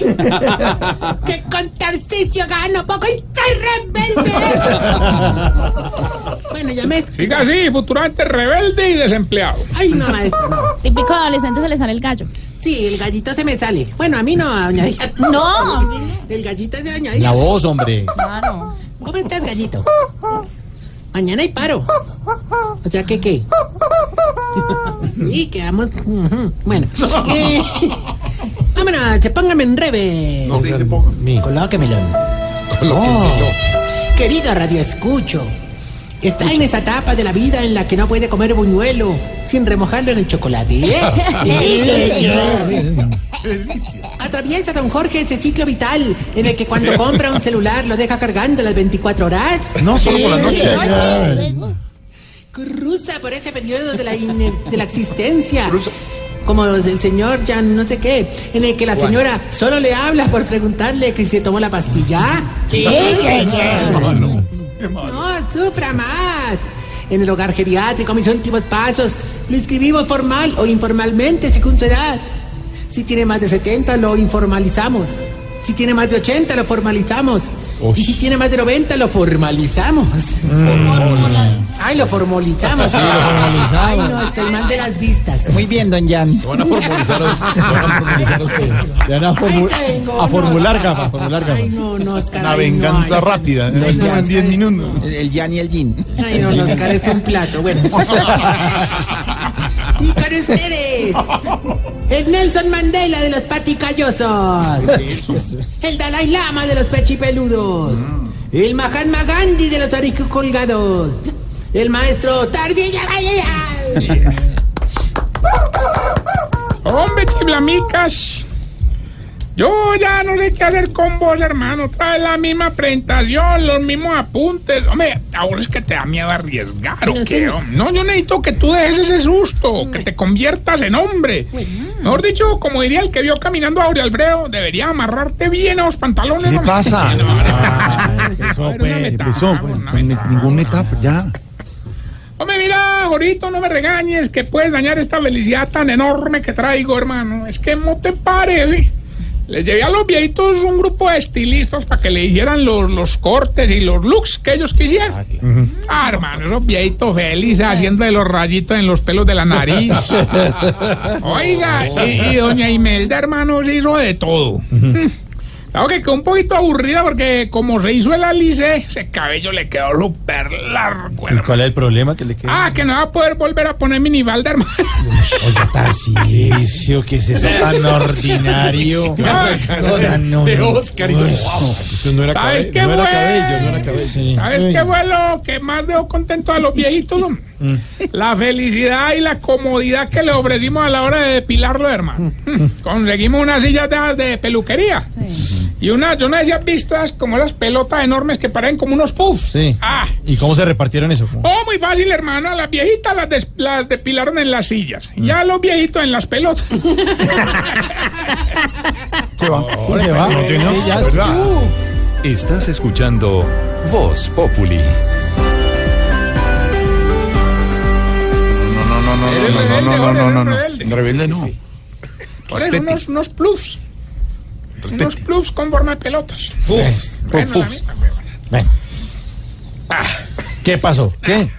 soy rebelde. que con Tarcicio gano poco y soy rebelde. bueno, ya me. Siga así, futuramente rebelde y desempleado. Ay, no, maestro. Típico adolescente se le sale el gallo. Sí, el gallito se me sale. Bueno, a mí no, a doña Diana. No. El gallito se doña La Diana. voz, hombre. Claro. ¿Cómo estás, gallito? Mañana hay paro. O sea, ¿qué qué? Sí, quedamos. ujú. Bueno. Eh, vámonos, se póngame en revés. Ni. Colóquemelo. Querido Radio Escucho, está en esa etapa de la vida en la que no puede comer buñuelo sin remojarlo en el chocolate. ¿eh? Atraviesa don Jorge ese ciclo vital en el que cuando compra un celular lo deja cargando las 24 horas. No, solo por la noche. Cruza por ese periodo de la, ine- de la existencia. Como el señor ya no sé qué, en el que la señora solo le habla por preguntarle que si se tomó la pastilla. No, sufra más. En el hogar geriátrico, mis últimos pasos, lo inscribimos formal o informalmente según su edad. Si tiene más de 70, lo informalizamos. Si tiene más de 80, lo formalizamos. Y si tiene más de 90, lo formalizamos. Ay, lo formalizamos. lo formalizamos. Ay, no, estoy mal de las vistas. Muy bien, don Jan. Van a formalizar a lo van a formalizar a usted. Le van a, formu- Ahí se vengó, a formular no. capa, a formular capa. Ay, no, no, Oscar. ay, no, ay, no Ay, no, Oscar, es- El, Jan y el Jin. Ay, no, no, Oscar, es un plato. Bueno. y con ustedes, el Nelson Mandela de los paticallosos. El Dalai Lama de los pechipeludos. Mm. El Mahatma Gandhi de los colgados. El maestro Tardilla Valleja. Hombre, chiblamicas. Yo ya no sé qué hacer con vos, hermano. Trae la misma presentación, los mismos apuntes. Hombre, ahora es que te da miedo arriesgar, ¿o qué? hombre? No, yo necesito que tú dejes ese susto, que te conviertas en hombre. Mejor dicho, como diría el que vio caminando a Aureo Alfredo, debería amarrarte bien a los pantalones. ¿Qué hombre. pasa? No, no, no. Empezó, Era una pues, metáfora, empezó, una pues, metáfora, con una ningún metáfora, ya. Hombre, mira, Jorito, no me regañes, que puedes dañar esta felicidad tan enorme que traigo, hermano. Es que no te parece. Les llevé a los viejitos un grupo de estilistas para que le hicieran los, los cortes y los looks que ellos quisieran. Ah, hermano, esos viejitos felices haciendo de los rayitos en los pelos de la nariz. Oiga, y, y doña Imelda, hermano, se hizo de todo. Mm. Claro que quedó un poquito aburrida porque como se hizo el alice, ese cabello le quedó súper largo, ¿Y hermano. cuál es el problema que le queda? Ah, que no va a poder volver a poner minifalda, hermano. Oiga, Tarcicio, ¿qué es eso tan ordinario? Tan odioso. Eso no era ¿Sabes cabe- qué, no era güey? cabello, no era cabello. Sí. ¿Sabes qué vuelo que más dejó contento a los viejitos? hombre? Mm. la felicidad y la comodidad que le ofrecimos a la hora de depilarlo, hermano. Mm. Conseguimos unas sillas de, esas de peluquería. Y unas, yo no sé si has visto esas como las pelotas enormes que parecen como unos puffs. Sí. Ah. ¿Y cómo se repartieron eso? ¿Cómo? Oh, muy fácil, hermano. A las viejitas las, des- las depilaron en las sillas. Ya a los viejitos en las pelotas. Se va. Se va. Sí, ya es- Estás escuchando Voz Populi. No, no, no, no, no, no, no, no, no, no, no. Rebelde no. Por eso, unos, unos pluffs. Unos pluffs con forma de pelotas. Uf, Bueno, la uf. misma, huevona. Ven. Ah. ¿Qué pasó? ¿Qué?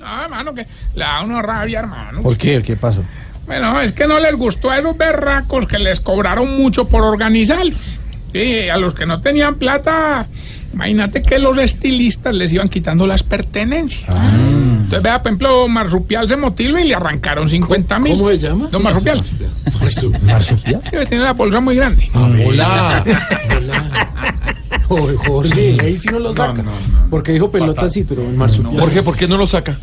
No, hermano, Ah, que le da uno rabia, hermano. ¿Por qué? ¿Qué pasó? Bueno, es que no les gustó a esos berracos que les cobraron mucho por organizarlos. Sí, a los que no tenían plata, imagínate que los estilistas les iban quitando las pertenencias. Ah. Entonces, vea, por ejemplo, Marsupial se motiló y le arrancaron 50 mil. cómo se llama? Don Marsupial. ¿Marsupial? Mm. Sí, Tiene la bolsa muy grande. Hola. Jorge, Jorge, ahí sí no lo saca. no, no. Porque dijo pelota sí, pero en marsupial. ¿Por qué? ¿Por qué no lo saca?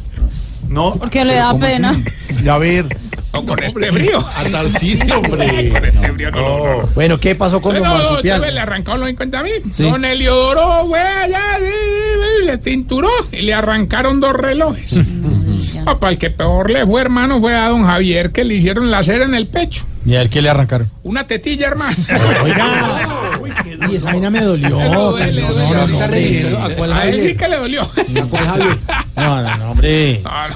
No, Porque le da pena. ya ver. No, con este brío. A Tarcisio, hombre. Con este brío no, no, no. Bueno, ¿qué pasó con Bueno, chévere, le arrancó los 50 mil. Don Eliodoro, güey, allá, sí, sí, sí, le tinturó y le arrancaron dos relojes. Papá, el que peor le fue, hermano, fue a don Javier que le hicieron la cera en el pecho. ¿Y a él qué le arrancaron? Una tetilla, hermano. Oiga. Y esa vaina me dolió. Le duele, le duele. no, no, hombre. ¿A cuál A él sí Javier? que le dolió. ¿A cuál Javier? No, no, no, hombre. No, no.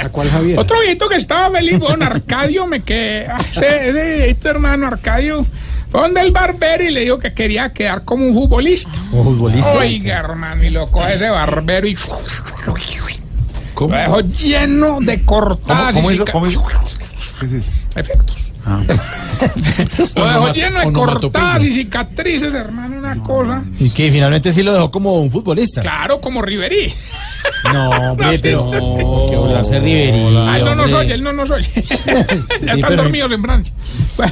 ¿A cuál Javier? Otro viejito que estaba feliz, don Arcadio, me que ah, ese- ese viejito, hermano Arcadio, fue donde el barbero y le dijo que quería quedar como un futbolista. Ah, ¿Un futbolista? Oiga, hermano, y lo coge ese barbero y ¿Cómo? lo dejó lleno de cortadas. ¿Cómo y hizo? cica- ¿Cómo hizo? Ah. ¿Qué es eso? Efectos. Lo dejó lleno de cortadas y cicatrices, hermano, una cosa. Y que finalmente sí lo dejó como un futbolista. Claro, como Riverí. No, hombre, pero. No, que volarse Riverí. Ah, él no nos hombre. oye, él no nos oye. ya Sí, están pero- dormidos en Francia.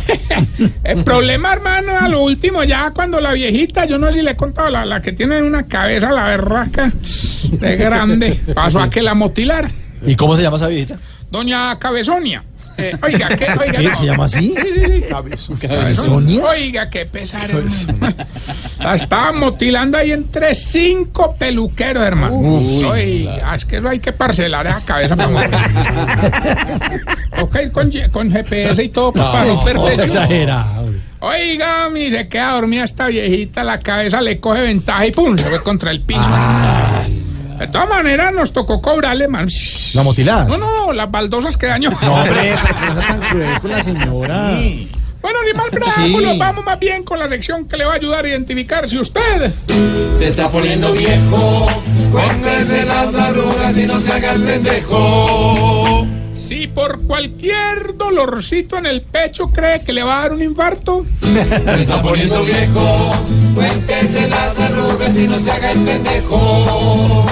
el problema, hermano, a lo último, ya cuando la viejita, yo no sé si le he contado, la, la que tiene una cabeza, la berraca, de grande, pasó a que la motilar. ¿Y cómo se llama esa viejita? Doña Cabezonia. Eh, oiga, ¿qué? Oiga, ¿Qué? no. ¿Se llama así? Sí, sí, sí. ¿Sonia? Oiga, qué pesar, hermano. La estaba motilando ahí entre cinco peluqueros, hermano. Oiga, es que eso hay que parcelar esa cabeza, mi amor. Toca ir con, G- con GPS y todo para no perderse. Exagerado. Oiga, mi, se queda dormida esta viejita, la cabeza le coge ventaja y pum, se fue contra el piso. De todas maneras, nos tocó cobrarle, man. La motilada. No, no, no, las baldosas que dañó. No, hombre, pero no sea tan cruel con la señora. Bueno, ni más preámbulos, vamos más bien con la lección que le va a ayudar a identificar si usted Se está poniendo viejo. Cuéntese las arrugas y no se haga el pendejo. Si por cualquier dolorcito en el pecho cree que le va a dar un infarto, Se está poniendo viejo. Cuéntese las arrugas y no se haga el pendejo.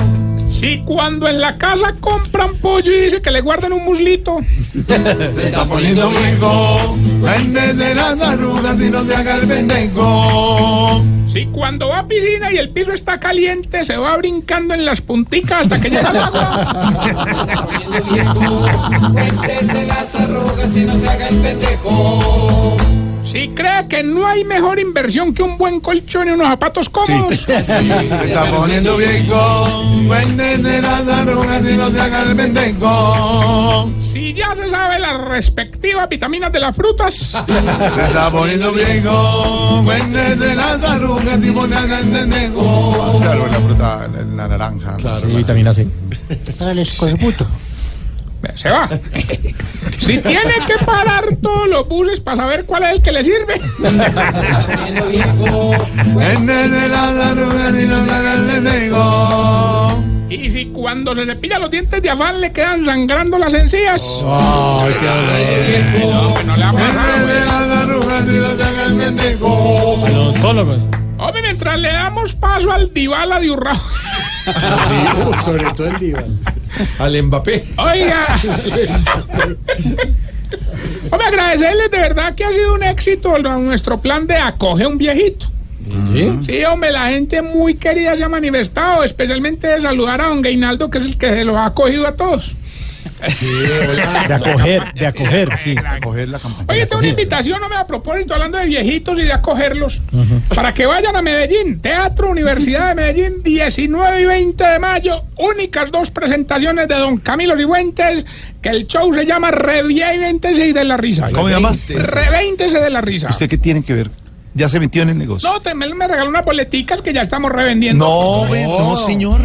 si cuando en la casa compran pollo y dice que le guardan un muslito, Se está poniendo viejo. Cuéntese las arrugas y no se haga el pendejo. si cuando va a piscina y el piso está caliente se va brincando en las punticas hasta que llega al agua, Poniendo viejo. Cuéntese las arrugas y no se haga el pendejo. si cree que no hay mejor inversión que un buen colchón y unos zapatos cómodos, Se está poniendo viejo. Cuéntese las arrugas y no se haga el pendejo. si ya se sabe las respectivas vitaminas de las frutas, Se está poniendo viejo, cuéntese las arrugas y pongan el pendejo. Claro, la fruta, la, la naranja. Claro, vitamina C. Para el escorbuto. se va. Si tiene que parar todos los buses para saber cuál es el que le sirve. Cuéntese las arrugas y no se haga el pendejo. Y si cuando se le pilla los dientes de afán le quedan sangrando las encías. Oh. No, pues no le va a pasar, güey. Cuéntese las arrugas y no se haga el pendejo. Hombre, mientras le damos paso al Dybala de Urrao. Sobre todo el diván. Al Mbappé. Oiga. Hombre, agradecerles de verdad que ha sido un éxito el- nuestro plan de acoge a un viejito. Sí, hombre, la gente muy querida se ha manifestado, especialmente de saludar a don Gainaldo, que es el que se los ha acogido a todos. De acoger, de acoger, sí. Coger la campaña. Oye, tengo una invitación, no me a propósito, hablando de viejitos y de acogerlos, para que vayan a Medellín, Teatro Universidad de Medellín, 19 y 20 de mayo, únicas dos presentaciones de don Camilo Cifuentes, que el show se llama Reviéntese y de la risa. ¿Cómo se llama? Revéntese de la risa. ¿Usted qué tiene que ver? Ya se metió en el negocio. No, te, me me regaló unas boleticas que ya estamos revendiendo. No, ve, no, señor.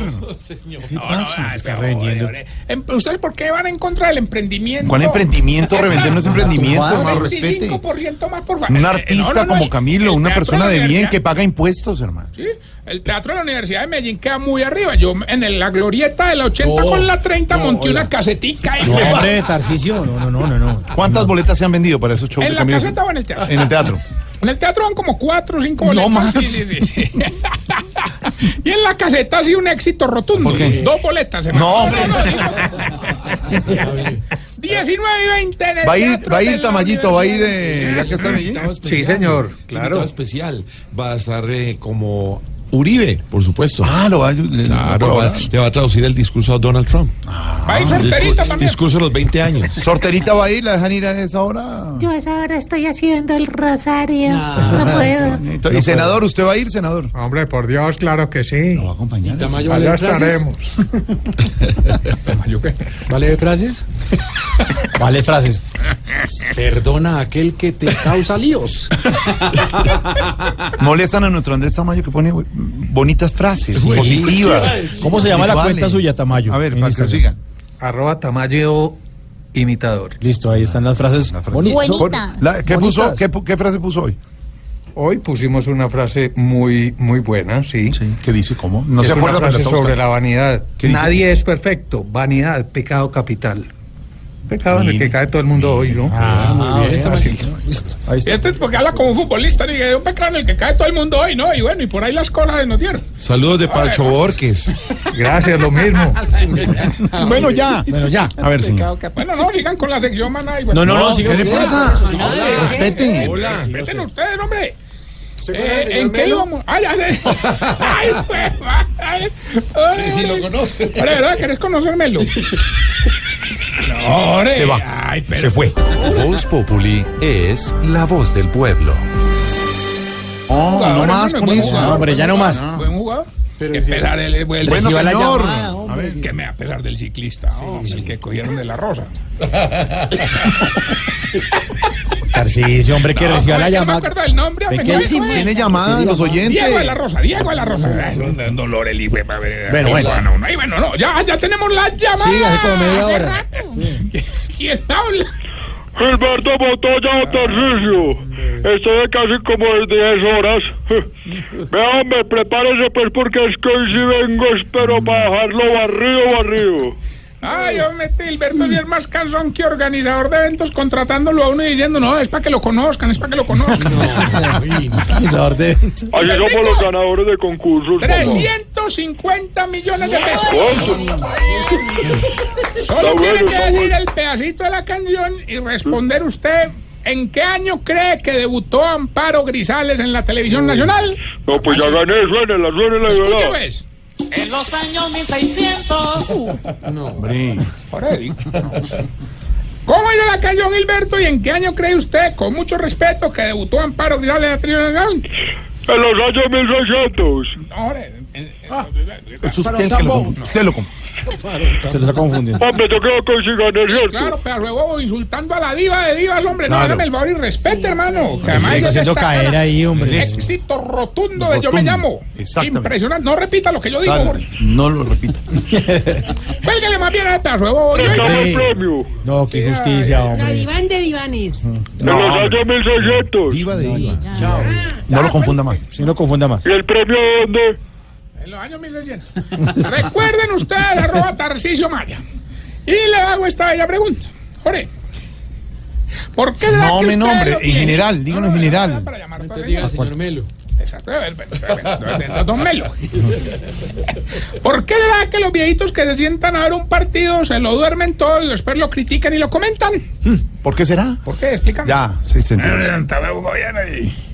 ¿Qué No, no, pasa? no, oye, oye, em- ¿Ustedes por qué van en contra del emprendimiento? ¿Cuál emprendimiento? Revender no es emprendimiento, Claro, hermano, respete. 25% más, por favor. Un Eh, artista no, no, no, como el- Camilo, el una Teatro persona de la de bien Universidad- que paga impuestos, hermano. Sí, el teatro de la Universidad de Medellín queda muy arriba. Yo en el- la glorieta de la 80 con la 30 monté una casetica. y- No, hombre, Tarcicio. No, no, no, no. no. ¿Cuántas boletas se han vendido para esos shows ¿En de la Camilo? caseta o en el teatro? En el teatro. En el teatro van como 4 o 5 boletas. No más. Sí, sí, sí, sí. y en la caseta ha sido un éxito rotundo. ¿Por qué? Dos boletas. hermano. No, hombre. digo- 19 y 20 en el Va a ir, teatro va a de ir la Tamayito, va a ir, eh, Universidad. ya que está allí. Sí, señor, claro. especial. Va a estar como eh, Uribe, por supuesto. Ah, lo va a- le- Claro, lo va- va- le va a traducir el discurso a Donald Trump. Va Ah, a ir El discu- sorterita también. discurso de los 20 años. Sorterita va a ir, la dejan ir a esa hora. Yo a esa hora estoy haciendo el rosario. No. No, puedo. Y senador, ¿usted va a ir, senador? Hombre, por Dios, claro que sí. Va a acompañar. Allá estaremos. ¿Vale de frases? Vale de frases. Perdona a aquel que te causa líos. Molestan a nuestro Andrés Tamayo que pone bu- bonitas frases, positivas. ¿Cómo se llama la Puntuales. cuenta suya, Tamayo? A ver, En para que lo Instagram. sigan. Arroba Tamayo imitador. Listo, ahí están las frases. Boni- Buenita. Pon- la- ¿qué, Bonitas. puso, qué, pu- qué frase puso hoy? Hoy pusimos una frase muy, muy buena, sí. ¿Qué dice? ¿Cómo? No es se acuerda, pero una la frase está sobre buscando. la vanidad. ¿Qué dice? Nadie es perfecto. Vanidad, pecado capital. Pecado en el que cae todo el mundo hoy, ¿no? Ah, bien, Fácil. Ahí está. Este es porque habla como futbolista, y es un pecado en el que cae todo el mundo hoy, ¿no? Y bueno, y por ahí las cosas nos dieron. Saludos de Pacho Borges. Gracias, lo mismo. Bueno, ya. Bueno, ya. A ver, señor. Bueno, no, sigan con la sección, maná. y bueno. No, no, no, ¿qué le pasa? Respeten. Respeten ustedes, hombre. Eh, ¿En qué íbamos? ¡Ay, ay, ay! ¡Ay, pues! va, ay, ay, Si lo ay. conoce. Hombre, ¿verdad? ¿Querés conocérmelo? No, hombre. Se va. Ay, pero. Se fue. Voz Populi es la voz del pueblo. No, Oh, no Ahora más no me con acuerdo. eso. No, hombre, ya no más. Buen jugador. que esperar el, el, el- Bueno, el- señor. llamada, a ver, que me va a pesar del ciclista, hombre, el que cogieron de la rosa. Tarcisio, hombre, que reciba No, la es que no me llamada. acuerdo del nombre, Ve hombre. que- ¿cómo es? Tiene llamada de los oyentes. Diego de la Rosa, Diego de la Rosa. Ay, un dolor el hijo. de madre. Bueno, bueno. Ah, no, no. Ay, bueno, no, ya, ya tenemos la llamada. Sí, hace como media Hace hora. rato. ¿Quién habla? Gilberto Montoya o Tarcisio. Estoy casi como de 10 horas. Vea, hombre, prepárese pues porque es que hoy sí vengo, espero para dejarlo barrido, barrido. Ay, hombre, Gilberto sí es más cansón que organizador de eventos contratándolo a uno y diciendo, no, es para que lo conozcan, es para que lo conozcan. Pensador de- Así somos los ganadores de concursos. papá. 350 millones de pesos. ¿Cuánto? Solo Está tiene bueno, que está decir bueno. el pedacito de la canción y responder usted en qué año cree que debutó Amparo Grisales en la televisión nacional. No, pues ya gané, suénela, suénela de Escuche, verdad. pues. Uh. En los años 1600. Hombre. Ahora le digo. ¿Cómo era la canción, Gilberto? ¿Y en qué año cree usted, con mucho respeto, que debutó Amparo Grisales en la televisión nacional? En los años 1600. No, ahora, en- en- Es usted el que lo confunde. Usted lo confunde. Se lo está confundiendo. Hombre, yo creo que hoy sí gané, Claro, ¿cierto? pero luego insultando a la diva de divas, hombre. No, Claro. hágame el favor y respete, hermano. Que Estoy ella haciendo está caer cara- ahí, hombre. Éxito rotundo de Yo Me Rotundo. Llamo. Exactamente. Impresionante. No repita lo que yo digo, Dale, Jorge. no lo repita. Cuélguele más bien a este huevo. Estamos Sí. el premio. No, qué injusticia, La hombre. diván de divanes. En los años 1600. Diva de diva. ya. No lo confunda más. Si no confunda más. ¿Y el premio dónde? En los años 1600. Recuerden ustedes, arroba Tarcisio Maya. Y le hago esta bella pregunta. Jorge. ¿Por qué será No que me ustedes nombre, no en tienen- general, díganos en general. no, para llamar tu atención. Exacto, a ver, a ver, a ver, Don Melo. ¿Por qué será que los viejitos que se sientan a ver un partido se lo duermen todo y después lo critican y lo comentan? ¿Por qué será? ¿Por qué? Explícame. Ya, sí, se entiende. Está bien, gobierno, y-